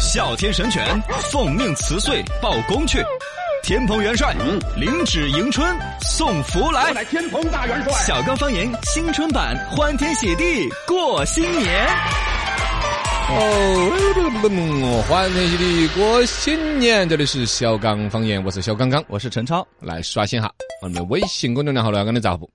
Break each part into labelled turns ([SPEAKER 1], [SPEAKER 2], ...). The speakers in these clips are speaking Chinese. [SPEAKER 1] 哮天神犬奉命辞岁报功去，天蓬元帅
[SPEAKER 2] 嗯
[SPEAKER 1] 领旨迎春送福来。
[SPEAKER 3] 乃天蓬大元帅。
[SPEAKER 1] 小刚方言新春版，欢天喜地过新年。
[SPEAKER 2] 哦，欢天喜地过新年，这里是小刚方言，我是小刚刚，
[SPEAKER 1] 我是陈超，
[SPEAKER 2] 来刷新哈我们的微信公众号老刚的账户。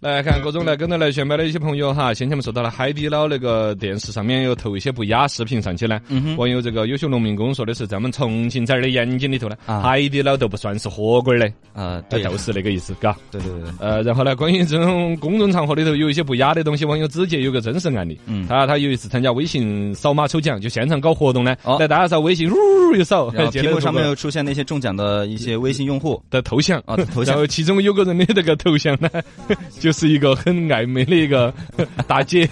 [SPEAKER 2] 来看各种来跟着来选麦的一些朋友哈，先前我们说到了海底捞那个电视上面有投一些不雅视频上去呢，网友这个优秀农民工说的是咱们重庆这儿的眼睛里头呢，
[SPEAKER 1] 啊
[SPEAKER 2] 海底捞都不算是火锅儿的，
[SPEAKER 1] 啊，
[SPEAKER 2] 呃就是那个意思，嘎。
[SPEAKER 1] 对对对，
[SPEAKER 2] 呃，然后呢，关于这种公众场合里头有一些不雅的东西，网友之前有个真实案例。
[SPEAKER 1] 嗯
[SPEAKER 2] 他他有一次参加微信扫码抽奖，就现场搞活动呢，
[SPEAKER 1] 哦
[SPEAKER 2] 在大家扫微信，呜一扫，
[SPEAKER 1] 然后
[SPEAKER 2] 接
[SPEAKER 1] 屏
[SPEAKER 2] 到
[SPEAKER 1] 幕上面
[SPEAKER 2] 这个
[SPEAKER 1] 又出现那些中奖的一些微信用户
[SPEAKER 2] 的头像。
[SPEAKER 1] 啊，头
[SPEAKER 2] 然
[SPEAKER 1] 像
[SPEAKER 2] 后其中有个人的那个头像呢，就是一个很暧昧的一个大姐，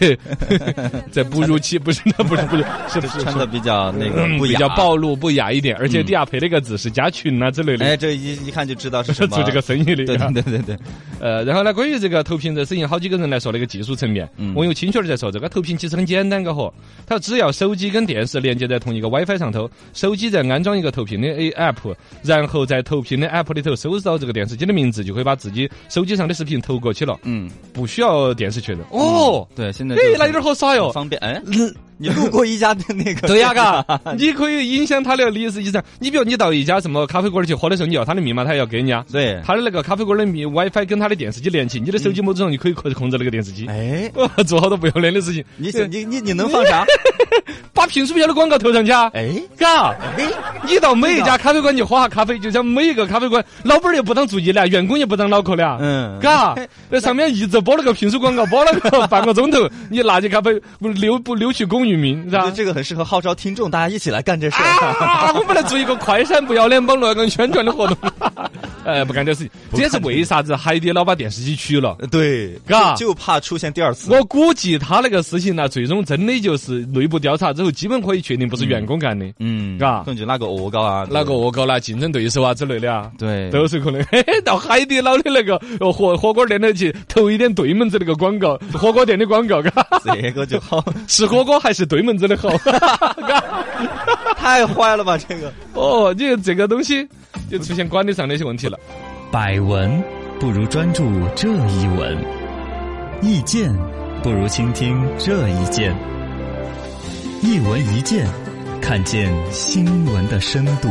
[SPEAKER 2] 在哺乳期，不是那不是不是是不是
[SPEAKER 1] 穿的比较那个
[SPEAKER 2] 嗯
[SPEAKER 1] 不
[SPEAKER 2] 比
[SPEAKER 1] 雅，
[SPEAKER 2] 较暴露不雅一点，而且底下配了个字是加群啊之类
[SPEAKER 1] 哎，
[SPEAKER 2] 的，
[SPEAKER 1] 这一一看就知道是什
[SPEAKER 2] 做
[SPEAKER 1] 么。
[SPEAKER 2] 这个生意的。
[SPEAKER 1] 对对对对对，
[SPEAKER 2] 呃，然后呢，关于这个投屏这事情，好几个人来说那个技术层面。
[SPEAKER 1] 嗯
[SPEAKER 2] 网友青雀儿在说，这个投屏其实很简单个嚯，他只要手机跟电视连接在同一个 WiFi 上头，手机再安装一个投屏的 A app，然后在投屏的 app 里头搜到这个电视机的名字，就可以把自己手机上的视频投过去了，
[SPEAKER 1] 嗯，
[SPEAKER 2] 不需要电视确认。哦，
[SPEAKER 1] 对，现在
[SPEAKER 2] 哎
[SPEAKER 1] 就，
[SPEAKER 2] 那有点好耍
[SPEAKER 1] 很
[SPEAKER 2] 哟。
[SPEAKER 1] 方便。哎，你路过一家的那个
[SPEAKER 2] 嗯对呀， 嘎，你可以影响他的历史遗产。你比如你到一家什么咖啡馆儿去喝的时候，你要他的密码，他也要给你啊。
[SPEAKER 1] 对，
[SPEAKER 2] 他的那个咖啡馆的密 WiFi 跟他的电视机连起，你的手机某种上就可以控控制那个电视机。
[SPEAKER 1] 哎，
[SPEAKER 2] 哇做好多不要脸的事情，
[SPEAKER 1] 你想你你你能放啥？
[SPEAKER 2] 把评书票的广告投上去啊！
[SPEAKER 1] 哎
[SPEAKER 2] 嘎，
[SPEAKER 1] 哎，
[SPEAKER 2] 你到每一家咖啡馆去喝下咖啡，就像每一个咖啡馆，老板儿也不当助理了，员工也不当脑壳了，啊
[SPEAKER 1] 嗯
[SPEAKER 2] 嘎，那上面一直播那个评书广告，播了个半个钟头，你拿起咖啡不溜不溜去拱域名，是
[SPEAKER 4] 啊
[SPEAKER 1] 我觉
[SPEAKER 2] 吧
[SPEAKER 1] 得？这个很适合号召听众，大家一起来干这事儿。
[SPEAKER 2] 啊！我们来做一个快闪不要脸帮罗岗宣传的活动， 呃，不干这事情，这也是为啥子海底捞把电视机取了。
[SPEAKER 1] 对，
[SPEAKER 2] 嘎
[SPEAKER 1] 就就怕出现第二次。
[SPEAKER 2] 我估计他那个事情呢，最终真的就是内部调查之后，基本可以确定不是员工干的，
[SPEAKER 1] 嗯，
[SPEAKER 2] 嘎
[SPEAKER 1] 根据那个恶搞啊，
[SPEAKER 2] 哪个恶搞啦、竞争对手啊之类的啊。
[SPEAKER 1] 对，
[SPEAKER 2] 都是可能， 嘿嘿，到海底捞的那个呃火火锅店那去投一点对门子那个广告，火锅店的广告， 嘎，
[SPEAKER 1] 这个就好，
[SPEAKER 2] 吃火锅还是对门子的好，嘎。
[SPEAKER 1] 太坏了吧这个。
[SPEAKER 2] 哦，你这个东西就出现管理上的一些问题了。
[SPEAKER 4] 百闻不如专注这一闻，意见不如倾听这一见。一闻一见，看见新闻的深度。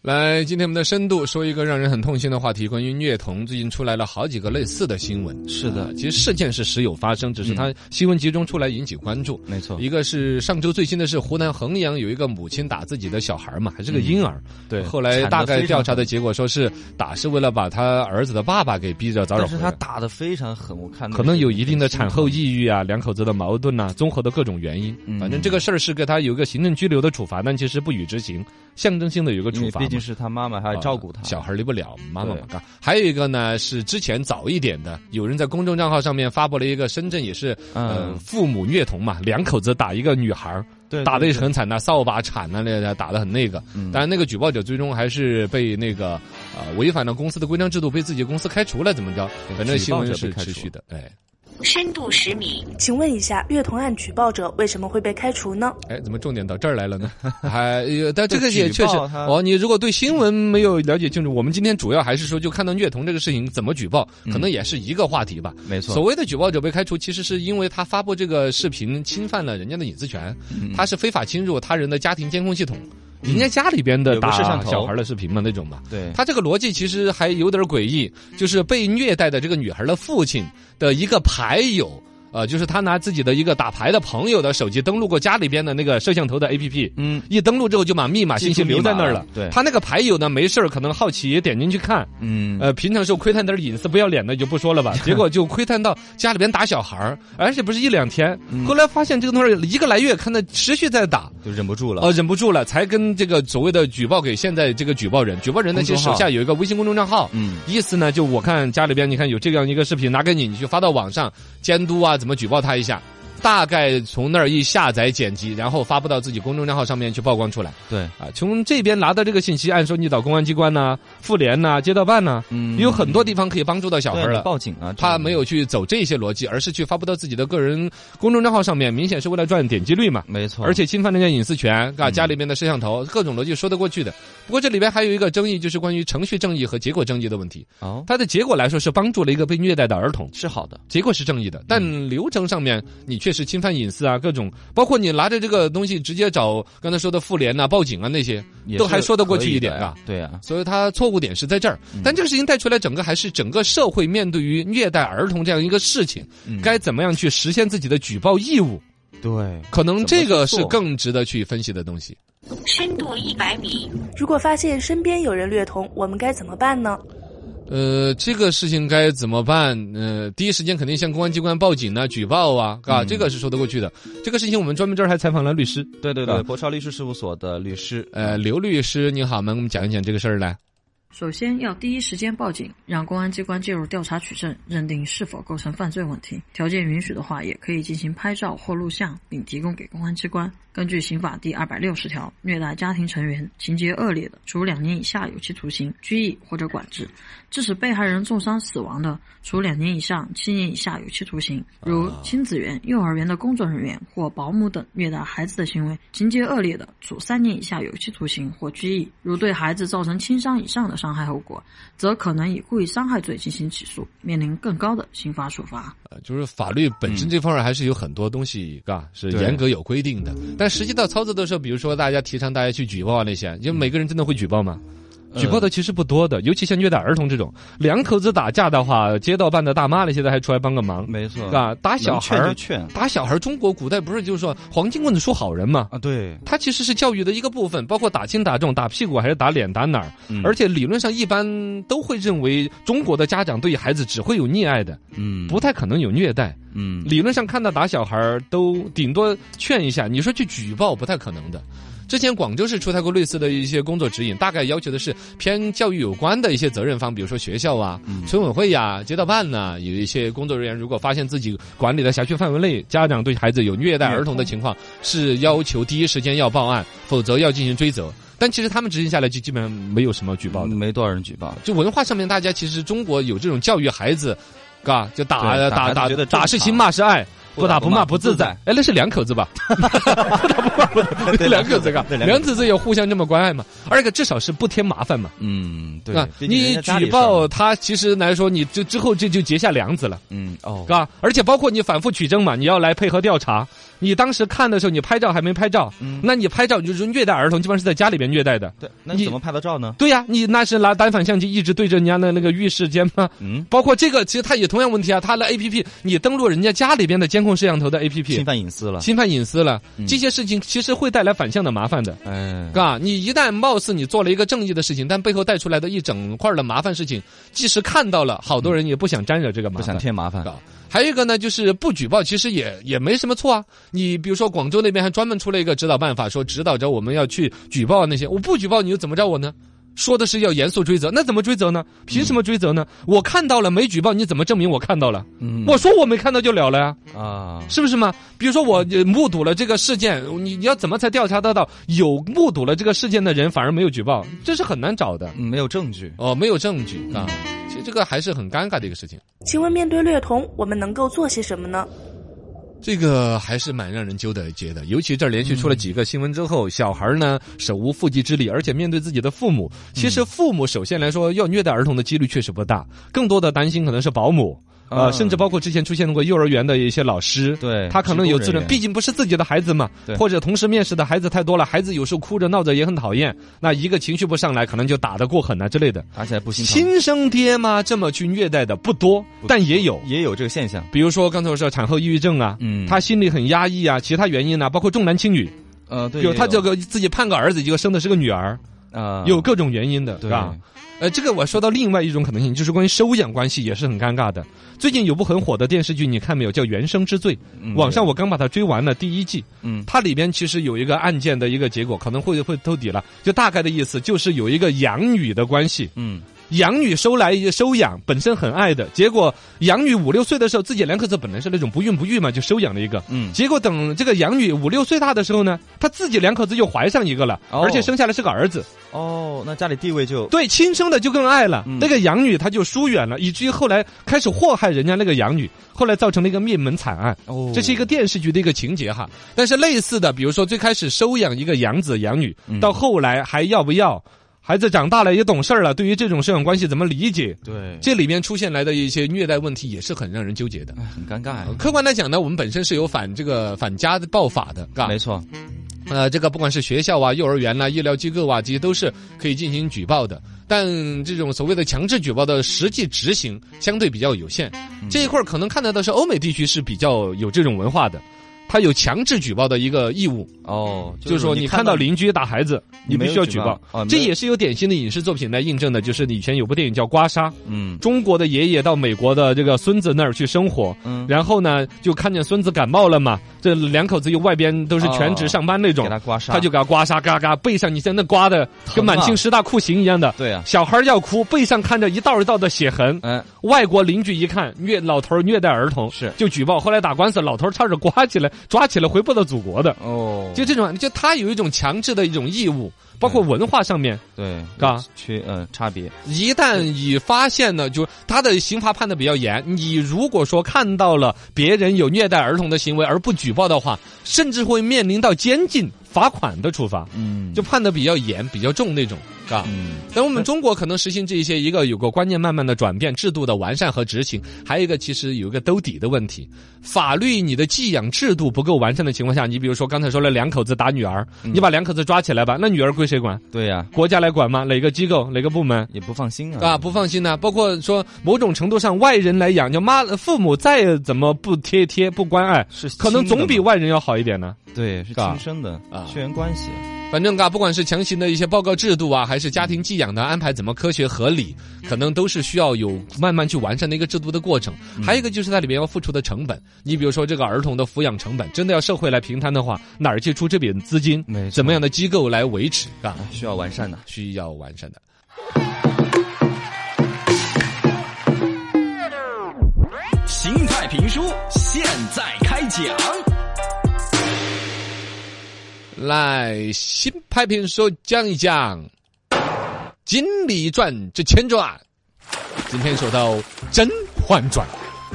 [SPEAKER 2] 来，今天我们的深度说一个让人很痛心的话题，关于虐童，最近出来了好几个类似的嗯新闻。
[SPEAKER 1] 是的
[SPEAKER 2] 啊其实事件是时有发生，只是它新闻集中出来引起关注。
[SPEAKER 1] 没错
[SPEAKER 2] 一个是上周最新的是湖南衡阳有一个母亲打自己的小孩嘛，还是个婴儿。
[SPEAKER 1] 嗯对
[SPEAKER 2] 后来大概调查的结果说是打是为了把他儿子的爸爸给逼着早
[SPEAKER 1] 但
[SPEAKER 2] 点回
[SPEAKER 1] 是
[SPEAKER 2] 来。
[SPEAKER 1] 他打的非常狠，我看那个
[SPEAKER 2] 可能有一定的
[SPEAKER 1] 视频
[SPEAKER 2] 产后抑郁啊，两口子的矛盾呐、综合的各种原因
[SPEAKER 1] 嗯。
[SPEAKER 2] 反正这个事儿是给他有一个行政拘留的处罚，但其实不予执行，象征性的有一个
[SPEAKER 1] 因
[SPEAKER 2] 处
[SPEAKER 1] 为
[SPEAKER 2] 罚嘛。
[SPEAKER 1] 毕竟是他妈妈，还要照顾他。
[SPEAKER 2] 啊小孩儿离不了妈妈嘛
[SPEAKER 1] 对。
[SPEAKER 2] 嘎还有一个呢，是之前早一点的，有人在公众账号上面发布了一个深圳也是，呃，
[SPEAKER 1] 嗯
[SPEAKER 2] 父母虐童嘛，两口子打一个女孩儿，
[SPEAKER 1] 对
[SPEAKER 2] 嗯打的
[SPEAKER 1] 对
[SPEAKER 2] 也很惨呐，扫把铲呐，那打的很那个。
[SPEAKER 1] 嗯
[SPEAKER 2] 当然，那个举报者最终还是被那个呃违反了公司的规章制度，被自己公司开除了，怎么着？反正新闻是持续的，哎。
[SPEAKER 5] 深度十米，
[SPEAKER 6] 请问一下，虐童案举报者为什么会被开除呢？
[SPEAKER 2] 哎，怎么重点到这儿来了呢？ 还、呃但这个也确
[SPEAKER 1] 举
[SPEAKER 2] 实
[SPEAKER 1] 报他
[SPEAKER 2] 哦。你如果对新闻没有了解清楚，我们今天主要还是说，就看到虐童这个事情怎么举报，可能也是一个话题吧。
[SPEAKER 1] 嗯没错
[SPEAKER 2] 所谓的举报者被开除，其实是因为他发布这个视频侵犯了人家的隐私权，
[SPEAKER 1] 嗯
[SPEAKER 2] 他是非法侵入他人的家庭监控系统，人家家里边的
[SPEAKER 1] 有个
[SPEAKER 2] 打
[SPEAKER 1] 摄像头
[SPEAKER 2] 小孩的视频嘛，那种嘛。
[SPEAKER 1] 对
[SPEAKER 2] 他这个逻辑其实还有点诡异，就是被虐待的这个女孩的父亲的一个牌友。呃，就是他拿自己的一个打牌的朋友的手机登录过家里边的那个摄像头的 APP，
[SPEAKER 1] 嗯
[SPEAKER 2] 一登录之后就把密码信息留在那儿了
[SPEAKER 1] 记住密码了。对
[SPEAKER 2] 他那个牌友呢没事儿，可能好奇也点进去看，
[SPEAKER 1] 嗯
[SPEAKER 2] 呃，平常时候窥探点儿隐私不要脸的就不说了 吧，结果就窥探到家里边打小孩儿，而且不是一两天，后来发现这个东西一个来月，看到持续在打，
[SPEAKER 1] 就忍不住了。
[SPEAKER 4] 哦
[SPEAKER 2] 呃，忍不住了，才跟这个所谓的举报给现在这个举报人，举报人呢
[SPEAKER 1] 公
[SPEAKER 2] 其
[SPEAKER 1] 众
[SPEAKER 2] 实手
[SPEAKER 1] 号
[SPEAKER 2] 下有一个微信公众账号，
[SPEAKER 1] 嗯
[SPEAKER 2] 意思呢就我看家里边你看有这样一个视频拿给你，你去发到网上监督啊，怎么举报他一下。大概从那儿一下载剪辑，然后发布到自己公众账号上面去曝光出来。
[SPEAKER 4] 对，
[SPEAKER 2] 啊，从这边拿到这个信息，按说你找公安机关呐、妇联呐、街道办呐、
[SPEAKER 4] 嗯
[SPEAKER 2] 有很多地方可以帮助到小孩
[SPEAKER 4] 对
[SPEAKER 2] 了。
[SPEAKER 4] 报警啊，
[SPEAKER 2] 他
[SPEAKER 4] 这
[SPEAKER 2] 没有去走这些逻辑，而是去发布到自己的个人公众账号上面，明显是为了赚点击率嘛。
[SPEAKER 4] 没错，
[SPEAKER 2] 而且侵犯人家隐私权，啊，
[SPEAKER 4] 嗯
[SPEAKER 2] 家里面的摄像头，各种逻辑说得过去的。不过这里边还有一个争议，就是关于程序正义和结果正义的问题。
[SPEAKER 4] 哦，
[SPEAKER 2] 它的结果来说是帮助了一个被虐待的儿童，
[SPEAKER 4] 是好的，
[SPEAKER 2] 结果是正
[SPEAKER 4] 嗯
[SPEAKER 2] 义的，但流程上面你确实侵犯隐私啊，各种，包括你拿着这个东西直接找刚才说的妇联呐、报警啊那些，
[SPEAKER 4] 也
[SPEAKER 2] 都
[SPEAKER 4] 是
[SPEAKER 2] 还说得过
[SPEAKER 4] 可
[SPEAKER 2] 去
[SPEAKER 4] 以
[SPEAKER 2] 一点
[SPEAKER 4] 的
[SPEAKER 2] 吧。
[SPEAKER 4] 对啊，
[SPEAKER 2] 所以它错误点是在这儿。
[SPEAKER 4] 嗯
[SPEAKER 2] 但这个事情带出来，整个还是整个社会面对于虐待儿童这样一个事情，
[SPEAKER 4] 嗯
[SPEAKER 2] 该怎么样去实现自己的举报义务？
[SPEAKER 4] 对，
[SPEAKER 2] 可能这个是
[SPEAKER 4] 怎么去做
[SPEAKER 2] 更值得去分析的东西。
[SPEAKER 5] 深度一百米，
[SPEAKER 6] 如果发现身边有人虐童，我们该怎么办呢？
[SPEAKER 2] 呃，这个事情该怎么办？呃，第一时间肯定向公安机关报警啊、举报啊，啊，
[SPEAKER 4] 嗯
[SPEAKER 2] 这个是说得过去的。这个事情我们专门这儿还采访了律师，
[SPEAKER 4] 对对
[SPEAKER 2] 啊
[SPEAKER 4] 对，博超律师事务所的律师，
[SPEAKER 2] 呃，刘律师，你好吗？给我们讲一讲这个事儿来。
[SPEAKER 3] 首先要第一时间报警，让公安机关介入调查取证，认定是否构成犯罪问题。条件允许的话，也可以进行拍照或录像，并提供给公安机关。根据刑法第二百六十条，虐待家庭成员，情节恶劣的，处两年以下有期徒刑、拘役或者管制；致使被害人重伤死亡的，处两年以上七年以下有期徒刑。如亲子园、幼儿园的工作人员或保姆等虐待孩子的行为，情节恶劣的，处三年以下有期徒刑或拘役；如对孩子造成轻伤以上的伤害后果，则可能以故意伤害罪进行起诉，面临更高的刑罚处罚。
[SPEAKER 2] 呃就是法律本身这方面还是有很多东西，嘎、是
[SPEAKER 4] 对
[SPEAKER 2] 严格有规定的。但实际到操作的时候，比如说大家提倡大家去举报啊那些，
[SPEAKER 4] 嗯
[SPEAKER 2] 因为每个人真的会举报吗？
[SPEAKER 4] 呃
[SPEAKER 2] 举报的其实不多的，尤其像虐待儿童这种，两口子打架的话，街道办的大妈那些的还出来帮个忙，
[SPEAKER 4] 没错，
[SPEAKER 2] 啊，打
[SPEAKER 4] 嗯能
[SPEAKER 2] 小孩
[SPEAKER 4] 劝
[SPEAKER 2] 儿
[SPEAKER 4] 就，劝
[SPEAKER 2] 打小孩儿，中国古代不是就是说黄金棍子出好人嘛？
[SPEAKER 4] 啊，对，
[SPEAKER 2] 它其实是教育的一个部分，包括打轻打重，打屁股还是打脸打哪儿，
[SPEAKER 4] 嗯
[SPEAKER 2] 而且理论上一般都会认为中国的家长对孩子只会有溺爱的，
[SPEAKER 4] 嗯，
[SPEAKER 2] 不太可能有虐待。
[SPEAKER 4] 嗯，
[SPEAKER 2] 理论上看到打小孩儿都顶多劝一下，你说去举报不太可能的。之前广州市出台过类似的一些工作指引，大概要求的是偏教育有关的一些责任方，比如说学校啊、村委会呀、街道办呐、有一些工作人员如果发现自己管理的辖区范围内家长对孩子有虐待儿童的情况，是要求第一时间要报案，否则要进行追责。但其实他们执行下来就基本上没有什么举报的。
[SPEAKER 4] 没多少人举 报，
[SPEAKER 2] 就文化上面，大家其实中国有这种教育孩子，嘎，就打
[SPEAKER 4] 对打
[SPEAKER 2] 打
[SPEAKER 4] 孩子
[SPEAKER 2] 打
[SPEAKER 4] 觉得正
[SPEAKER 2] 打是
[SPEAKER 4] 常
[SPEAKER 2] 情骂是爱。
[SPEAKER 4] 不
[SPEAKER 2] 不打
[SPEAKER 4] 打
[SPEAKER 2] 不
[SPEAKER 4] 不
[SPEAKER 2] 骂
[SPEAKER 4] 骂
[SPEAKER 2] 不
[SPEAKER 4] 不
[SPEAKER 2] 自
[SPEAKER 4] 自
[SPEAKER 2] 在
[SPEAKER 4] 在，
[SPEAKER 2] 哎，那是两口子吧？不打不骂 不，
[SPEAKER 4] 对
[SPEAKER 2] 两口子
[SPEAKER 4] 两
[SPEAKER 2] 嘎
[SPEAKER 4] 口子，对两口子
[SPEAKER 2] 两口子也互相这么关爱嘛。二个至少是不添麻烦嘛，
[SPEAKER 4] 嗯，对
[SPEAKER 2] 啊，，
[SPEAKER 4] 毕竟人
[SPEAKER 2] 你
[SPEAKER 4] 家家里
[SPEAKER 2] 举
[SPEAKER 4] 事儿
[SPEAKER 2] 报
[SPEAKER 4] 嘛，
[SPEAKER 2] 他，其实来说，你这之后这就结下梁子了，
[SPEAKER 4] 嗯，哦，
[SPEAKER 2] 嘎。而且包括你反复取证嘛，你要来配合调查。你当时看的时候，你拍照还没拍照，
[SPEAKER 4] 嗯
[SPEAKER 2] 那你拍照就是虐待儿童，基本上是在家里边虐待的。
[SPEAKER 4] 对，那你
[SPEAKER 2] 你
[SPEAKER 4] 怎么拍到照呢？
[SPEAKER 2] 对呀、你那是拿单反相机一直对着人家的那个浴室间吗？
[SPEAKER 4] 嗯，
[SPEAKER 2] 包括这个，其实它也同样问题啊。它的 A P P，你登录人家家里边的监控摄像头的 A P
[SPEAKER 4] 侵
[SPEAKER 2] P，
[SPEAKER 4] 犯嗯隐私了，
[SPEAKER 2] 侵犯隐私了，这些事情其实会带来反向的麻烦的。
[SPEAKER 4] 哎，
[SPEAKER 2] 啊，你一旦貌似你做了一个正义的事情，但背后带出来的一整块儿的麻烦事情，即使看到了，好多人也不想沾惹这个麻
[SPEAKER 4] 不
[SPEAKER 2] 烦。
[SPEAKER 4] 想添麻烦，
[SPEAKER 2] 啊还有一个呢，就是不举报，其实也也没什么错啊。你比如说广州那边还专门出了一个指导办法，说指导着我们要去举报那些，我不举报你又怎么着我呢？说的是要严肃追责，那怎么追责呢？凭什么追责呢？我看到了没举报，你怎么证明我看到了？
[SPEAKER 4] 嗯
[SPEAKER 2] 我说我没看到就了了呀、
[SPEAKER 4] 啊，
[SPEAKER 2] 是不是嘛？比如说我呃目睹了这个事件，你你要怎么才调查得到有目睹了这个事件的人反而没有举报？这是很难找的
[SPEAKER 4] 嗯没有证据，
[SPEAKER 2] 哦，没有证据啊。其实这个还是很尴尬的一个事情，
[SPEAKER 6] 请问面对虐童，我们能够做些什么呢？
[SPEAKER 2] 这个还是蛮让人揪的结的。尤其这儿连续出了几个新闻之后，小孩儿呢手无缚鸡之力，而且面对自己的父母，
[SPEAKER 4] 嗯
[SPEAKER 2] 其实父母首先来说要虐待儿童的几率确实不大，更多的担心可能是保姆。
[SPEAKER 4] 啊
[SPEAKER 2] 呃，甚至包括之前出现过幼儿园的一些老师，
[SPEAKER 4] 对
[SPEAKER 2] 他可能有
[SPEAKER 4] 职工
[SPEAKER 2] 自
[SPEAKER 4] 人
[SPEAKER 2] 认，
[SPEAKER 4] 员
[SPEAKER 2] 毕竟不是自己的孩子嘛
[SPEAKER 4] 对，
[SPEAKER 2] 或者同时面试的孩子太多了，孩子有时候哭着闹着也很讨厌，那一个情绪不上来，可能就打得过狠啊之类的。
[SPEAKER 4] 而且还不心疼，
[SPEAKER 2] 亲生爹妈这么去虐待的不多，但也有。
[SPEAKER 4] 也有这个现象，
[SPEAKER 2] 比如说刚才我说产后抑郁症啊，
[SPEAKER 4] 嗯
[SPEAKER 2] 他心里很压抑啊，其他原因啊，包括重男轻女，
[SPEAKER 4] 呃，对，
[SPEAKER 2] 有
[SPEAKER 4] 也
[SPEAKER 2] 他这个自己盼个儿子，结果生的是个女儿，
[SPEAKER 4] 啊，
[SPEAKER 2] 有各种原因的，是
[SPEAKER 4] 对
[SPEAKER 2] 吧？呃，这个我说到另外一种可能性，就是关于收养关系也是很尴尬的。最近有部很火的电视剧，你看没有？叫《原生之罪》，
[SPEAKER 4] 嗯
[SPEAKER 2] 网上我刚把它追完了第一季。
[SPEAKER 4] 嗯
[SPEAKER 2] 它里边其实有一个案件的一个结果，可能会会透底了。就大概的意思就是有一个养女的关系，
[SPEAKER 4] 嗯
[SPEAKER 2] 养女收来收养，本身很爱的，结果养女五六岁的时候，自己两口子本来是那种不孕不育嘛，就收养了一个，
[SPEAKER 4] 嗯
[SPEAKER 2] 结果等这个养女五六岁大的时候呢，她自己两口子又怀上一个了，
[SPEAKER 4] 哦
[SPEAKER 2] 而且生下来是个儿子，
[SPEAKER 4] 哦，那家里地位就
[SPEAKER 2] 对，亲生的就更爱了，
[SPEAKER 4] 嗯
[SPEAKER 2] 那个养女她就疏远了，以至于后来开始祸害人家那个养女，后来造成了一个灭门惨案。
[SPEAKER 4] 哦
[SPEAKER 2] 这是一个电视剧的一个情节哈，但是类似的，比如说最开始收养一个养子养女，
[SPEAKER 4] 嗯
[SPEAKER 2] 到后来还要不要，孩子长大了也懂事儿了，对于这种收养关系怎么理解？
[SPEAKER 4] 对，
[SPEAKER 2] 这里面出现来的一些虐待问题也是很让人纠结的。
[SPEAKER 4] 很尴尬呀。
[SPEAKER 2] 客观来讲呢，我们本身是有反这个反家暴法的，嘎
[SPEAKER 4] 没，错，
[SPEAKER 2] 呃，这个不管是学校啊、幼儿园呐、医疗机构啊，这些都是可以进行举报的。但这种所谓的强制举报的实际执行相对比较有限。
[SPEAKER 4] 嗯
[SPEAKER 2] 这一块儿可能看到的是欧美地区是比较有这种文化的，它有强制举报的一个义务，
[SPEAKER 4] 哦，
[SPEAKER 2] 就是说你看到邻居打孩子，你
[SPEAKER 4] 没
[SPEAKER 2] 必
[SPEAKER 4] 有
[SPEAKER 2] 须要
[SPEAKER 4] 举
[SPEAKER 2] 举
[SPEAKER 4] 报
[SPEAKER 2] 报
[SPEAKER 4] 啊没。
[SPEAKER 2] 这
[SPEAKER 4] 有
[SPEAKER 2] 也是有典型的影视作品来印证的，就是以前有部电影叫《刮痧》，
[SPEAKER 4] 嗯
[SPEAKER 2] 中国的爷爷到美国的这个孙子那儿去生活，
[SPEAKER 4] 嗯，
[SPEAKER 2] 然后呢就看见孙子感冒了嘛，这两口子又外边都是全职上班那种
[SPEAKER 4] 啊给，他刮痧，
[SPEAKER 2] 他就给他刮痧，嘎嘎，背上你像那刮的跟
[SPEAKER 4] 疼
[SPEAKER 2] 满
[SPEAKER 4] 啊
[SPEAKER 2] 清十大酷刑一样的。
[SPEAKER 4] 对啊，
[SPEAKER 2] 小孩儿要哭，背上看着一道一道的血痕。
[SPEAKER 4] 哎，
[SPEAKER 2] 外国邻居一看，虐老头儿虐待儿童，
[SPEAKER 4] 是
[SPEAKER 2] 就举报。后来打官司，老头儿差点刮起来，抓起来回不到祖国的。
[SPEAKER 4] 哦，
[SPEAKER 2] 就这种，就他有一种强制的一种义务，包
[SPEAKER 4] 嗯
[SPEAKER 2] 括文化上面，
[SPEAKER 4] 对，
[SPEAKER 2] 嘎
[SPEAKER 4] 缺嗯差别，
[SPEAKER 2] 一旦已发现呢，就他的刑罚判的比较严。你如果说看到了别人有虐待儿童的行为而不举报的话，甚至会面临到监禁、罚款的处罚。
[SPEAKER 4] 嗯
[SPEAKER 2] 就判的比较严、比较重那种，是吧？
[SPEAKER 4] 嗯
[SPEAKER 2] 但我们中国可能实行这一些，一个有个观念慢慢的转变，制度的完善和执行，还有一个其实有一个兜底的问题。法律你的寄养制度不够完善的情况下，你比如说刚才说了两口子打女儿，你把两口子抓起来吧，那女儿归谁管？
[SPEAKER 4] 对呀，
[SPEAKER 2] 国家来管吗？哪个机构？哪个部门？
[SPEAKER 4] 也不放心啊
[SPEAKER 2] 啊，不放心呐、包括说某种程度上外人来养，就妈父母再怎么不贴贴不关爱，
[SPEAKER 4] 是
[SPEAKER 2] 可能
[SPEAKER 4] 亲的
[SPEAKER 2] 总比
[SPEAKER 4] 嘛
[SPEAKER 2] 外人要好一点呢、
[SPEAKER 4] 对是
[SPEAKER 2] 嘎
[SPEAKER 4] 亲生的
[SPEAKER 2] 啊
[SPEAKER 4] 血缘关系，
[SPEAKER 2] 反正啊嘎，不管是强行的一些报告制度啊，还是家庭寄养的安排，怎么科学合理，可能都是需要有慢慢去完善的一个制度的过程。
[SPEAKER 4] 嗯
[SPEAKER 2] 还有一个就是在里面要付出的成本，你比如说这个儿童的抚养成本，真的要社会来平摊的话，哪儿去出这笔资金
[SPEAKER 4] 没？错
[SPEAKER 2] 怎么样的机构来维持？嘎，
[SPEAKER 4] 需要完善的。
[SPEAKER 2] 需要完善的。
[SPEAKER 1] 心态评书现在开讲。
[SPEAKER 2] 来，新拍评说讲一讲《金历传》这千传，今天说到《甄嬛传》。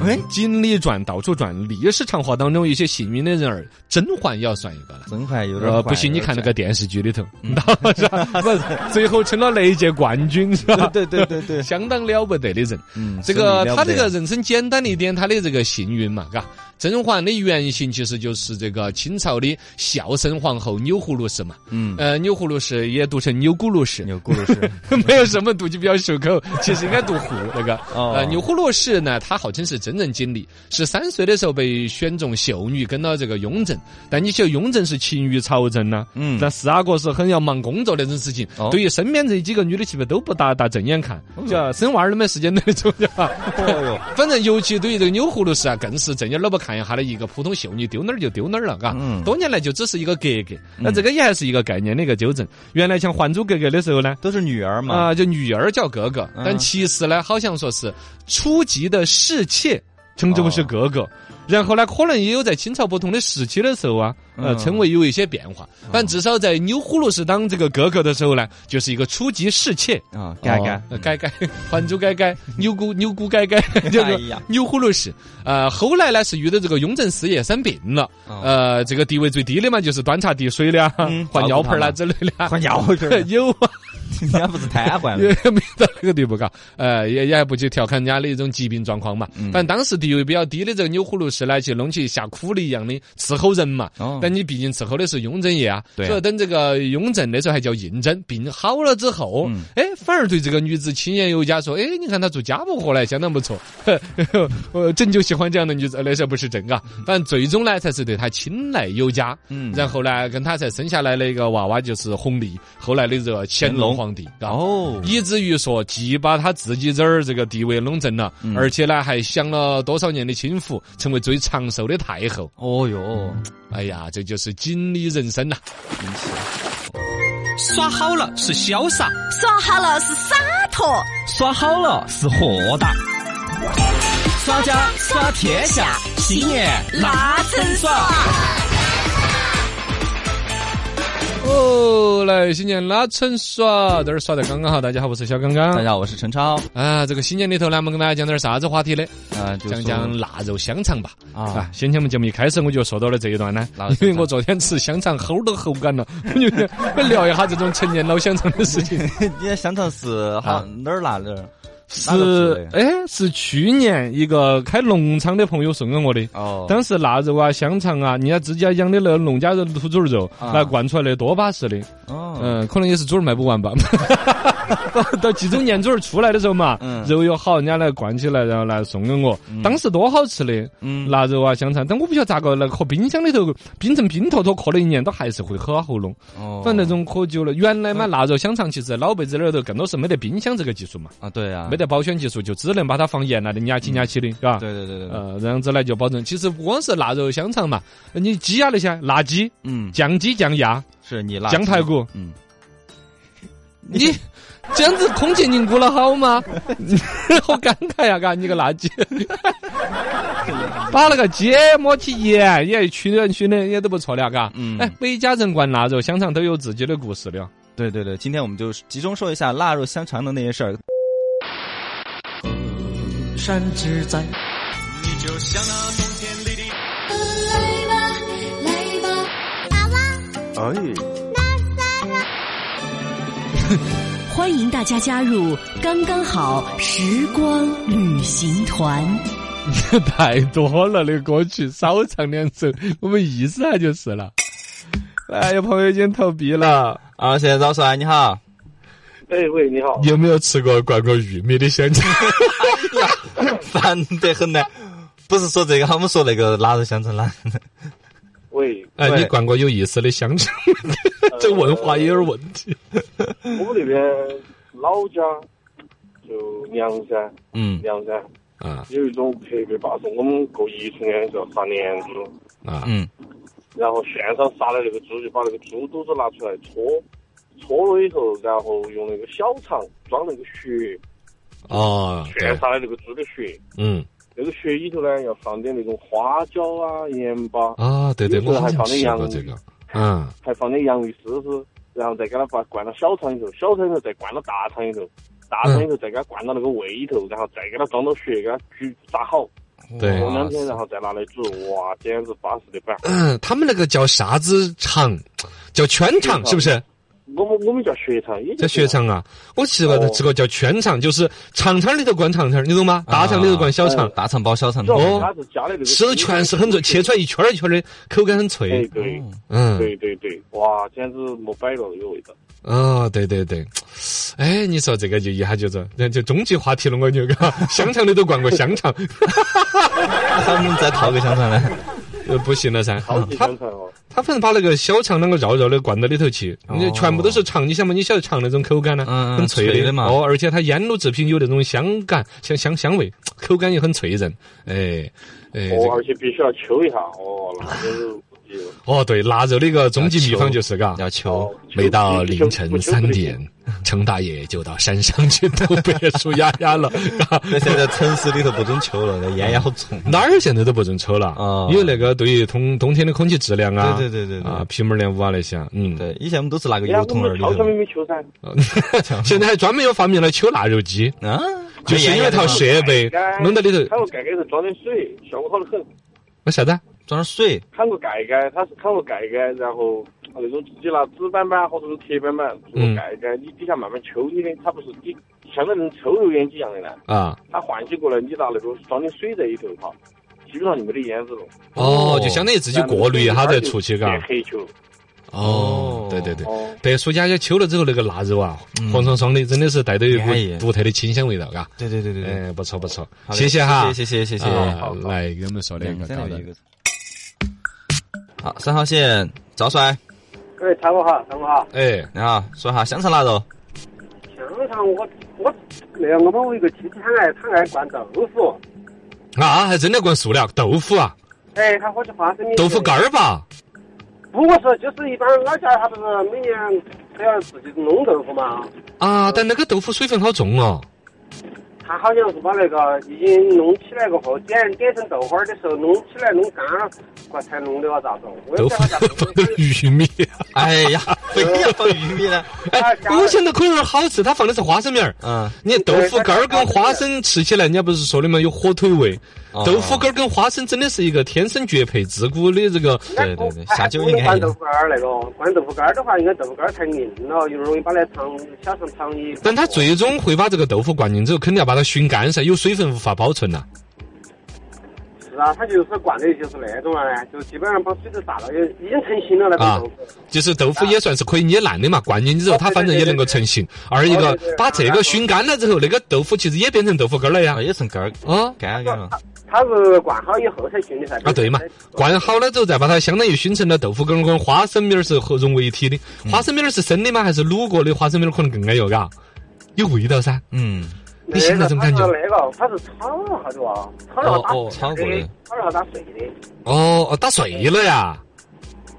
[SPEAKER 4] 哎，
[SPEAKER 2] 金历转、到处转，历史长河当中一些幸运的人儿，甄嬛也要算一个了。
[SPEAKER 4] 真还有点
[SPEAKER 2] 呃，
[SPEAKER 4] 坏
[SPEAKER 2] 不信你看那个，
[SPEAKER 4] 有
[SPEAKER 2] 电视剧里头， 是吧？不是，最后成了那一届冠军，是吧
[SPEAKER 4] 点？ 对对对对，
[SPEAKER 2] 嗯 相当了不得的人。
[SPEAKER 4] 嗯
[SPEAKER 2] 这个他
[SPEAKER 4] 他
[SPEAKER 2] 这个人生简单一点，他的这个幸运嘛，嘎。甄嬛的原型其实就是这个清朝的孝圣皇后钮祜禄氏嘛，
[SPEAKER 4] 嗯
[SPEAKER 2] 呃，钮祜禄氏也读成钮钴禄氏，
[SPEAKER 4] 有故事，
[SPEAKER 2] 没有什么读就比较 顺口，其实应该读户那个。
[SPEAKER 4] 哦
[SPEAKER 2] 呃，钮祜禄氏呢，她号称是真人经历，十三岁的时候被选中秀女，跟到这个雍正。但你晓得雍正是勤于朝政啊呐、
[SPEAKER 4] 嗯
[SPEAKER 2] 但四阿哥是很要忙工作那种事情，
[SPEAKER 4] 哦
[SPEAKER 2] 对于身边这几个女的，岂不都不打打正眼看，叫生娃儿都没时间那 种，是吧？
[SPEAKER 4] 哦哟，
[SPEAKER 2] 反正尤其对于这个钮祜禄氏啊，更是正眼儿都不看一下的一个普通秀女，丢哪儿就丢哪儿了，嘎。
[SPEAKER 4] 嗯
[SPEAKER 2] 多年来就只是一个格格，那这个也还是一个概念的一个纠正。原来像《还珠格格》的时候呢。
[SPEAKER 4] 都是女儿嘛，
[SPEAKER 2] 啊、就女儿叫格格，
[SPEAKER 4] 嗯
[SPEAKER 2] 但其实呢，好像说是初级的侍妾称之为是格
[SPEAKER 4] 哦
[SPEAKER 2] 格。然后呢，可能也有在清朝不同的时期的时候啊，呃，
[SPEAKER 4] 嗯哦
[SPEAKER 2] 称谓有一些变化。但至少在钮祜禄氏当这个格格的时候呢，就是一个初级侍妾。
[SPEAKER 4] 啊，嘎嘎，
[SPEAKER 2] 呃改改， 还珠改 改，钮姑钮姑改改，就是
[SPEAKER 4] 哎呀
[SPEAKER 2] 钮祜禄氏。呃，后来呢是遇到这个雍正四爷生病了，
[SPEAKER 4] 哦
[SPEAKER 2] 呃，这个地位最低的嘛，就是端茶递水的啊
[SPEAKER 4] 嗯，
[SPEAKER 2] 换尿盆儿啦之
[SPEAKER 4] 照
[SPEAKER 2] 类的啊，
[SPEAKER 4] 换尿盆 儿
[SPEAKER 2] 有啊，
[SPEAKER 4] 人家不是瘫痪
[SPEAKER 2] 也
[SPEAKER 4] 了，
[SPEAKER 2] 没到那个地步，嘎，呃，也也还不去调侃人家的一种疾病状况嘛。
[SPEAKER 4] 嗯
[SPEAKER 2] 反正当时地位比较低的这个钮祜禄氏呢，去弄起下苦力一样的伺候人嘛。
[SPEAKER 4] 哦
[SPEAKER 2] 但你毕竟伺候的是雍正爷啊，
[SPEAKER 4] 对啊
[SPEAKER 2] 所以等这个雍正那时候还叫胤禛，病好了之后，
[SPEAKER 4] 嗯
[SPEAKER 2] 哎、反而对这个女子亲言有加，说，哎，你看她做家务活来相当不错。呵呵呃，朕就喜欢这样的女子，呃那时候不是朕啊，反正最终呢才是对她青睐有加。
[SPEAKER 4] 嗯
[SPEAKER 2] 然后呢，跟她才生下来的一个娃娃就是弘历，后来的这个乾隆
[SPEAKER 4] 隆
[SPEAKER 2] 皇帝，啊
[SPEAKER 4] 哦，
[SPEAKER 2] 以至于说，既把他自己这儿这个地位弄正了，
[SPEAKER 4] 嗯
[SPEAKER 2] 而且呢还享了多少年的清福，成为最长寿的太后。
[SPEAKER 4] 哦哟，
[SPEAKER 2] 哎呀，这就是锦鲤人生呐、
[SPEAKER 1] 耍好了是潇洒，
[SPEAKER 7] 耍好了是洒脱，
[SPEAKER 4] 耍好了是豁达，耍家耍天下，新年
[SPEAKER 7] 那真爽。
[SPEAKER 2] 哦，来新年拉成耍，这儿耍的刚刚好。大家好，我是小刚刚。
[SPEAKER 4] 大家好，我是陈超，
[SPEAKER 2] 啊，这个新年里头呢，我们跟大家讲点啥子话题呢？
[SPEAKER 4] 啊，就说
[SPEAKER 2] 讲 讲腊肉香肠吧。
[SPEAKER 4] 啊
[SPEAKER 2] 啊，先前我们节目一开始我就说到了这一段呢
[SPEAKER 4] 腊肉，
[SPEAKER 2] 因
[SPEAKER 4] 香肠
[SPEAKER 2] 为我昨天吃香肠齁都齁干了，我就想我聊一下这种陈年老香肠的事情。
[SPEAKER 4] 你的香肠是好
[SPEAKER 2] 啊
[SPEAKER 4] 哪儿拿的？哪个
[SPEAKER 2] 是
[SPEAKER 4] 吃，的
[SPEAKER 2] 哎，是去年一个开农场的朋友送给我的。
[SPEAKER 4] 哦，
[SPEAKER 2] 当时腊肉啊、香肠啊，人家自己养的那个农家的土猪肉，
[SPEAKER 4] 啊
[SPEAKER 2] 那灌出来的多巴适的。
[SPEAKER 4] 哦，
[SPEAKER 2] 嗯，可能也是猪儿卖不 完吧。到到几周年猪儿出来的时候嘛，
[SPEAKER 4] 嗯
[SPEAKER 2] 肉又好，人家来灌起来，然后来送给我。当时多好吃的，
[SPEAKER 4] 嗯
[SPEAKER 2] 腊肉啊、香肠，但我不晓得咋个，那个搁冰箱里头冰成冰坨坨，过了一年都还是会喝喉咙。
[SPEAKER 4] 哦
[SPEAKER 2] 反正那种喝久了，原来嘛，腊肉、香肠其实老辈子那儿头更多是没得冰箱这个技术嘛，
[SPEAKER 4] 啊，对啊，
[SPEAKER 2] 没得保鲜技术，就只能把它放盐了，压起压起的，是吧？
[SPEAKER 4] 嗯对，对对对对，
[SPEAKER 2] 呃，这样子来就保证。其实不光是腊肉、香肠嘛，你鸡啊那些，辣鸡、
[SPEAKER 4] 嗯，
[SPEAKER 2] 酱鸡、酱鸭、
[SPEAKER 4] 是你辣
[SPEAKER 2] 酱排骨，
[SPEAKER 4] 嗯，
[SPEAKER 2] 你这样子空气凝固了好吗？ 好尴尬呀、嘎，你个垃圾！把那个鸡抹起盐，也取的取的也都不错了，嘎。
[SPEAKER 4] 嗯
[SPEAKER 2] 哎，每家人灌腊肉、香肠都有自己的故事了。
[SPEAKER 4] 对对对，今天我们就集中说一下腊肉香肠的那些事儿。
[SPEAKER 8] 山之在，
[SPEAKER 9] 来吧，来吧，
[SPEAKER 7] 欢迎大家加入“刚刚好时光旅行团
[SPEAKER 2] 太多了的歌曲，少唱两首，我们意思它就是了。哎，有朋友已经投币了，
[SPEAKER 4] 啊，谢谢赵帅，你好。
[SPEAKER 10] 哎喂，你好，
[SPEAKER 2] 有没有吃过灌过玉米的香肠？
[SPEAKER 4] 烦得很呢。不是说这个，我们说那个腊肉香肠啦。
[SPEAKER 10] 喂，
[SPEAKER 2] 哎，
[SPEAKER 4] 对
[SPEAKER 2] 你灌过有意思的香 肠？这文化也有点问题。
[SPEAKER 10] 我们那边老家就凉山，
[SPEAKER 4] 嗯
[SPEAKER 10] 凉山
[SPEAKER 2] 啊
[SPEAKER 10] 有一种特别巴适，我们过宜春安叫杀莲猪，
[SPEAKER 2] 啊
[SPEAKER 4] 嗯，
[SPEAKER 10] 然后现场杀的那个猪，就把那个猪肚子拿出来搓，搓了以后，然后用那个小肠装那个血，
[SPEAKER 2] 哦，
[SPEAKER 10] 现杀的那个猪的血，
[SPEAKER 2] 嗯
[SPEAKER 10] 那个血里头呢要放点那种花椒啊、盐巴，
[SPEAKER 2] 啊，对对，
[SPEAKER 10] 有时候
[SPEAKER 2] 我好
[SPEAKER 10] 还
[SPEAKER 2] 像
[SPEAKER 10] 放点
[SPEAKER 2] 吃
[SPEAKER 10] 洋
[SPEAKER 2] 过
[SPEAKER 10] 芋
[SPEAKER 2] 这个，嗯，
[SPEAKER 10] 还放点洋芋丝丝，然后再给它把灌到小肠里头，小肠里头再灌到大肠里头，大肠里头再给它灌到那个胃里头，然后再给它装到血，给它煮炸好，
[SPEAKER 2] 对
[SPEAKER 10] 过两天然后再拿来煮，哇，简直巴适的板。
[SPEAKER 2] 哎嗯，他们那个叫啥子肠？叫圈肠是不是？
[SPEAKER 10] 我们我们叫血肠，也
[SPEAKER 2] 叫血。肠啊？我吃过
[SPEAKER 10] 哦
[SPEAKER 2] 吃过叫圈肠，就是肠肠里头灌肠肠，你懂吗？大肠里头灌小
[SPEAKER 10] 嗯
[SPEAKER 2] 肠，
[SPEAKER 4] 大肠包小肠
[SPEAKER 10] 主。要
[SPEAKER 2] 哦
[SPEAKER 10] 是它是加的那个
[SPEAKER 2] 吃的全是很脆，切出来一圈儿一圈儿的，口感很
[SPEAKER 10] 哎
[SPEAKER 2] 脆。
[SPEAKER 10] 对
[SPEAKER 2] 嗯，
[SPEAKER 10] 对对对，哇，简直没摆了，有味道。
[SPEAKER 2] 哦，对对对，哎，你说这个就一下就是，那就终极话题了，我就嘎， 香肠里头灌过香肠，
[SPEAKER 4] 他们再掏个香肠来。
[SPEAKER 2] 呃不行了噻。
[SPEAKER 10] 超级
[SPEAKER 2] 他
[SPEAKER 10] 香肠哦，
[SPEAKER 2] 他反正把那个小肠啷个绕绕的灌到里头去，你全部都是肠，你想嘛，你晓得肠那种口感呢，
[SPEAKER 4] 哦嗯嗯
[SPEAKER 2] 很脆
[SPEAKER 4] 脆的嘛
[SPEAKER 2] 哦，而且它腌卤制品有那种香感、香香香味，口感也很脆韧，哎哎，这
[SPEAKER 10] 哦，
[SPEAKER 2] 个
[SPEAKER 10] 而且必须要揪一下，哦，那真是不行。
[SPEAKER 2] 哦对，腊肉的一个啊终极秘方就是嘎。
[SPEAKER 4] 要求
[SPEAKER 2] 每到凌晨三点，程大爷就到山上去逗别墅丫丫了。嘎
[SPEAKER 4] 那现在城市里头不准求了，那烟也好重。
[SPEAKER 2] 哪儿现在都不准抽了
[SPEAKER 4] 啊
[SPEAKER 2] 因为那个对于冬冬天的空气质量啊，
[SPEAKER 4] 对对对对对
[SPEAKER 2] 啊，皮门帘屋啊那些啊，嗯，
[SPEAKER 4] 对，以前我们都是拿个
[SPEAKER 10] 人
[SPEAKER 4] 油
[SPEAKER 10] 哎家我
[SPEAKER 4] 桶儿
[SPEAKER 10] 们
[SPEAKER 4] 里
[SPEAKER 10] 超
[SPEAKER 4] 头
[SPEAKER 10] 市里面求噻，
[SPEAKER 2] 现在还专门有发明了抽腊肉机，
[SPEAKER 4] 啊，
[SPEAKER 2] 就是有一套设备
[SPEAKER 10] 盖
[SPEAKER 2] 弄到里
[SPEAKER 10] 它
[SPEAKER 2] 头，
[SPEAKER 10] 个盖盖头装点水，效果好得很。
[SPEAKER 2] 那啥子？
[SPEAKER 4] 装点水，
[SPEAKER 10] 砍个盖盖，它是砍个盖盖，然后呃那种自己拿纸板板或者是铁板板做个盖盖，你底下慢慢抽你的，它不是你像那种抽油烟机一样的呢，
[SPEAKER 2] 啊，
[SPEAKER 10] 它唤起过来，你拿那个装点水在里头哈，基本上就没得烟子了。
[SPEAKER 2] 哦，就相当于自己过滤一下再出去，嘎。
[SPEAKER 10] 变黑球。
[SPEAKER 2] 哦，对对对
[SPEAKER 10] 哦，
[SPEAKER 2] 白薯丫丫抽了之后，那个腊肉啊，黄爽爽的，真的是带着一
[SPEAKER 4] 安逸
[SPEAKER 2] 股独特的清香味道，嘎。
[SPEAKER 4] 对对对对对，
[SPEAKER 2] 哎，不错不错，
[SPEAKER 4] 好嘞
[SPEAKER 2] 谢
[SPEAKER 4] 谢
[SPEAKER 2] 哈，
[SPEAKER 4] 谢谢谢谢谢
[SPEAKER 2] 啊
[SPEAKER 4] 好好
[SPEAKER 2] 来给我们说两个高的，
[SPEAKER 4] 好，三号线赵帅，
[SPEAKER 10] 各位参谋哈，参谋哈，
[SPEAKER 2] 哎，
[SPEAKER 4] 你好，说哈香肠腊肉，
[SPEAKER 10] 香肠我我那个我们有一个亲戚很爱很爱灌豆腐，
[SPEAKER 2] 啊，还真的灌塑料豆腐啊，
[SPEAKER 10] 哎，他伙计花生米
[SPEAKER 2] 豆腐干儿吧？
[SPEAKER 10] 不，我说就是一般老家他不是每年这样自己弄豆腐嘛。
[SPEAKER 2] 啊，但那个豆腐水分好重哦。
[SPEAKER 10] 他好像是把那个已经弄起来过后，点点成豆花儿的时候弄起来弄干了，过才弄的哇咋子？我也
[SPEAKER 2] 豆
[SPEAKER 10] 不
[SPEAKER 2] 腐
[SPEAKER 10] 晓得咋
[SPEAKER 2] 放
[SPEAKER 10] 弄
[SPEAKER 2] 的
[SPEAKER 10] 的。
[SPEAKER 2] 玉米，
[SPEAKER 11] 哎 呀，非要放玉米呢？
[SPEAKER 2] 哎， 我想的口味好吃，他放的是花生米儿。
[SPEAKER 11] 嗯，
[SPEAKER 2] 你豆腐干儿跟花生吃起来，人家不是说的嘛，有火腿味。
[SPEAKER 11] 哦
[SPEAKER 2] 豆腐干儿跟花生真的是一个天生绝配，自古的这个。
[SPEAKER 11] 对对对，
[SPEAKER 10] 还
[SPEAKER 11] 下
[SPEAKER 10] 还
[SPEAKER 11] 酒
[SPEAKER 10] 不
[SPEAKER 11] 应该
[SPEAKER 10] 能灌
[SPEAKER 11] 一
[SPEAKER 10] 豆
[SPEAKER 11] 样。
[SPEAKER 10] 腐干儿那个，灌豆腐干儿的话，应该豆腐干儿太硬了，又容易把那糖小肠肠里。
[SPEAKER 2] 但他最终会把这个豆腐灌进之后，肯定要把它熏干噻，有水分无法保存呐、
[SPEAKER 10] 是啊，他就是灌的就是那种啊，就基本上把水都炸了，也已经成型了那
[SPEAKER 2] 啊
[SPEAKER 10] 个豆腐。
[SPEAKER 2] 就是豆腐也算是可以捏烂的嘛，灌进去之后它反正也能够成型。二一个
[SPEAKER 10] 对对对
[SPEAKER 2] 把这个熏干了之后，那个豆腐其实也变成豆腐干儿了呀
[SPEAKER 11] 啊，。也成干儿
[SPEAKER 2] 啊
[SPEAKER 11] 干干了。
[SPEAKER 10] 它是灌好以后才熏的噻。
[SPEAKER 2] 啊，对嘛，灌好了之后再把它相当于熏成了豆腐干儿跟花生米儿是合融为一体的。花生米儿是生的吗？还是卤过的？花生米儿可能更安逸，嘎，有味道噻。
[SPEAKER 11] 嗯，
[SPEAKER 2] 你现在怎么感觉
[SPEAKER 10] 那个它是炒了哈的啊，炒了打
[SPEAKER 11] 哦哦炒过的
[SPEAKER 10] 的，炒了打碎的。
[SPEAKER 2] 哦，哦打碎了呀。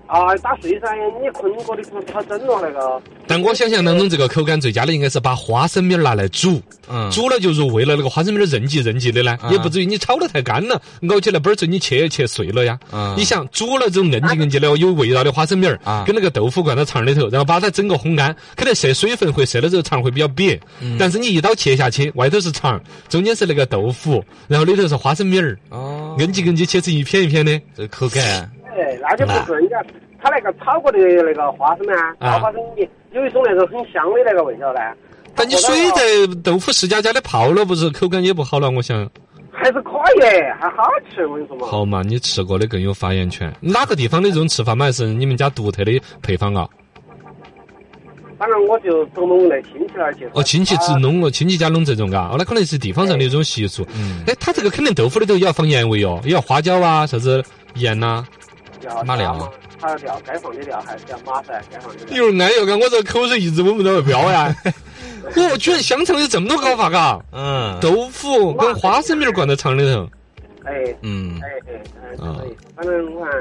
[SPEAKER 10] 啊，打碎噻，你困过的不炒整了那个。
[SPEAKER 2] 但我想象当中，这个口感最佳的应该是把花生米儿拿来煮，
[SPEAKER 11] 嗯
[SPEAKER 2] 煮了就入味了。那个花生米儿韧劲韧劲的呢，
[SPEAKER 11] 啊
[SPEAKER 2] 也不至于你炒得太干了，熬起来嘣儿脆，你切一切碎了呀。
[SPEAKER 11] 啊
[SPEAKER 2] 你想煮了这种韧劲韧劲的有味道的花生米儿
[SPEAKER 11] 啊，
[SPEAKER 2] 跟那个豆腐灌到肠里头，然后把它整个烘干，肯定涉水分会涉到这个肠会比较瘪。但是你一刀切下去，外头是肠，中间是那个豆腐，然后里头是花生米儿，
[SPEAKER 11] 哦，
[SPEAKER 2] 硬起硬起切成一片一片的。
[SPEAKER 11] 这口感
[SPEAKER 10] 哎，那就不是人家他那个炒过的那个花生呢，
[SPEAKER 2] 啊
[SPEAKER 10] 炒花生米有一种那种很香的那个味道呢。
[SPEAKER 2] 但你水在豆腐湿加加的泡了，不是口感也不好了？我想。
[SPEAKER 10] 还是可以，还好吃，我跟你说嘛。
[SPEAKER 2] 好嘛，你吃过的更有发言权。哪个地方的这种吃法嘛，还是你们家独特的配方啊？
[SPEAKER 10] 反正我就从我们那亲戚那儿去。
[SPEAKER 2] 哦，亲戚只
[SPEAKER 10] 啊
[SPEAKER 2] 弄了，亲戚家弄这种嘎，哦，那可能是地方上的一种习俗。
[SPEAKER 11] 嗯
[SPEAKER 2] 哎，他这个肯定豆腐里头也要放盐味哦，也要花椒啊，啥子盐啊呐、
[SPEAKER 10] 要
[SPEAKER 11] 马料
[SPEAKER 10] 嘛还要料，该放的料还是要码噻，该放的料。
[SPEAKER 2] 有点安逸哎嘎，我这口水一直稳不到飙呀！哦，居然香肠有这么多搞法嘎，
[SPEAKER 11] 嗯
[SPEAKER 2] 豆腐跟花生米儿灌到肠里头。
[SPEAKER 10] 哎
[SPEAKER 11] 嗯
[SPEAKER 10] 哎哎哎，
[SPEAKER 2] 啊
[SPEAKER 10] 可以。反正我看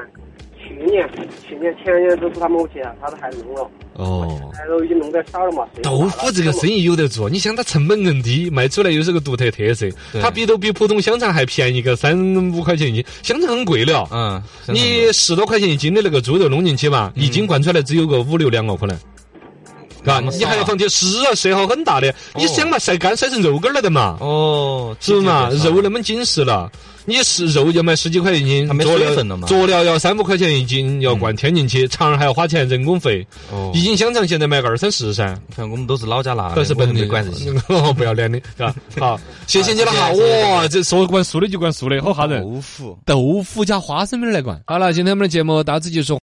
[SPEAKER 10] 去年、去年、前年都是他们屋去，他都还弄了，
[SPEAKER 2] 哦。
[SPEAKER 10] 哎，都已经弄得少了嘛。谁
[SPEAKER 2] 豆腐这个生意有得做，你想它成本更低，卖出来又是个独特特色，
[SPEAKER 11] 对
[SPEAKER 2] 它比都比普通香肠还便宜个三五块钱一斤，香肠很贵了。
[SPEAKER 11] 嗯，真的
[SPEAKER 2] 你十多块钱一斤的那个猪肉弄进去嘛，一斤灌出来只有个五六两哦，可能。嘎，
[SPEAKER 11] 嗯么少啊
[SPEAKER 2] 你还要放点屎啊，舌头很大的，你想嘛，晒干晒成肉干儿来的嘛，
[SPEAKER 11] 哦，
[SPEAKER 2] 是不是嘛？
[SPEAKER 11] 这个
[SPEAKER 2] 肉那么紧实了，你是肉要卖十几块一斤，
[SPEAKER 11] 它没
[SPEAKER 2] 佐
[SPEAKER 11] 水
[SPEAKER 2] 料
[SPEAKER 11] 分了嘛嗯
[SPEAKER 2] 佐料要三五块钱一斤，要灌添进去，肠儿还要花钱人工费，
[SPEAKER 11] 哦
[SPEAKER 2] 一斤香肠现在卖个二三十噻。
[SPEAKER 11] 反正我们都是老家拿的，
[SPEAKER 2] 但是
[SPEAKER 11] 我
[SPEAKER 2] 本
[SPEAKER 11] 们
[SPEAKER 2] 地
[SPEAKER 11] 没管这些。
[SPEAKER 2] 哦，不要脸的， 嘎，好，谢谢你了哈，
[SPEAKER 11] 啊谢谢
[SPEAKER 2] 哇，这说灌输的就灌输的，好吓人，
[SPEAKER 11] 豆腐。
[SPEAKER 2] 豆腐加花生米儿来灌。好了，今天我们的节目到此结束。